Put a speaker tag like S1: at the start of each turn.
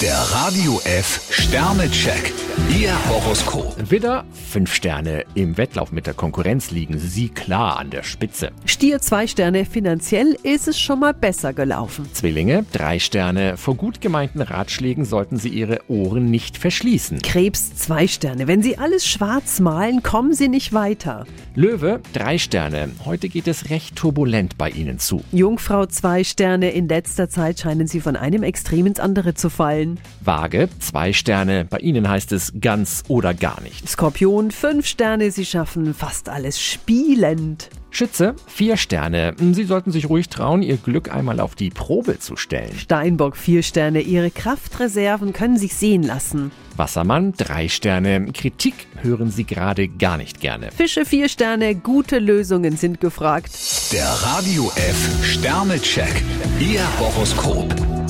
S1: Der Radio F Sternecheck. Ihr Horoskop.
S2: Widder, fünf Sterne. Im Wettlauf mit der Konkurrenz liegen Sie klar an der Spitze.
S3: Stier zwei Sterne, finanziell ist es schon mal besser gelaufen.
S2: Zwillinge, drei Sterne. Vor gut gemeinten Ratschlägen sollten Sie Ihre Ohren nicht verschließen.
S3: Krebs zwei Sterne, wenn Sie alles schwarz malen, kommen Sie nicht weiter.
S2: Löwe, drei Sterne. Heute geht es recht turbulent bei Ihnen zu.
S3: Jungfrau zwei Sterne, in letzter Zeit scheinen Sie von einem Extrem ins andere zu fallen.
S2: Waage, zwei Sterne. Bei Ihnen heißt es ganz oder gar nicht.
S3: Skorpion fünf Sterne, Sie schaffen fast alles spielend.
S2: Schütze, vier Sterne. Sie sollten sich ruhig trauen, Ihr Glück einmal auf die Probe zu stellen.
S3: Steinbock vier Sterne, Ihre Kraftreserven können sich sehen lassen.
S2: Wassermann, drei Sterne. Kritik hören Sie gerade gar nicht gerne.
S3: Fische vier Sterne, gute Lösungen sind gefragt.
S1: Der Radio F Sternecheck. Ihr Horoskop.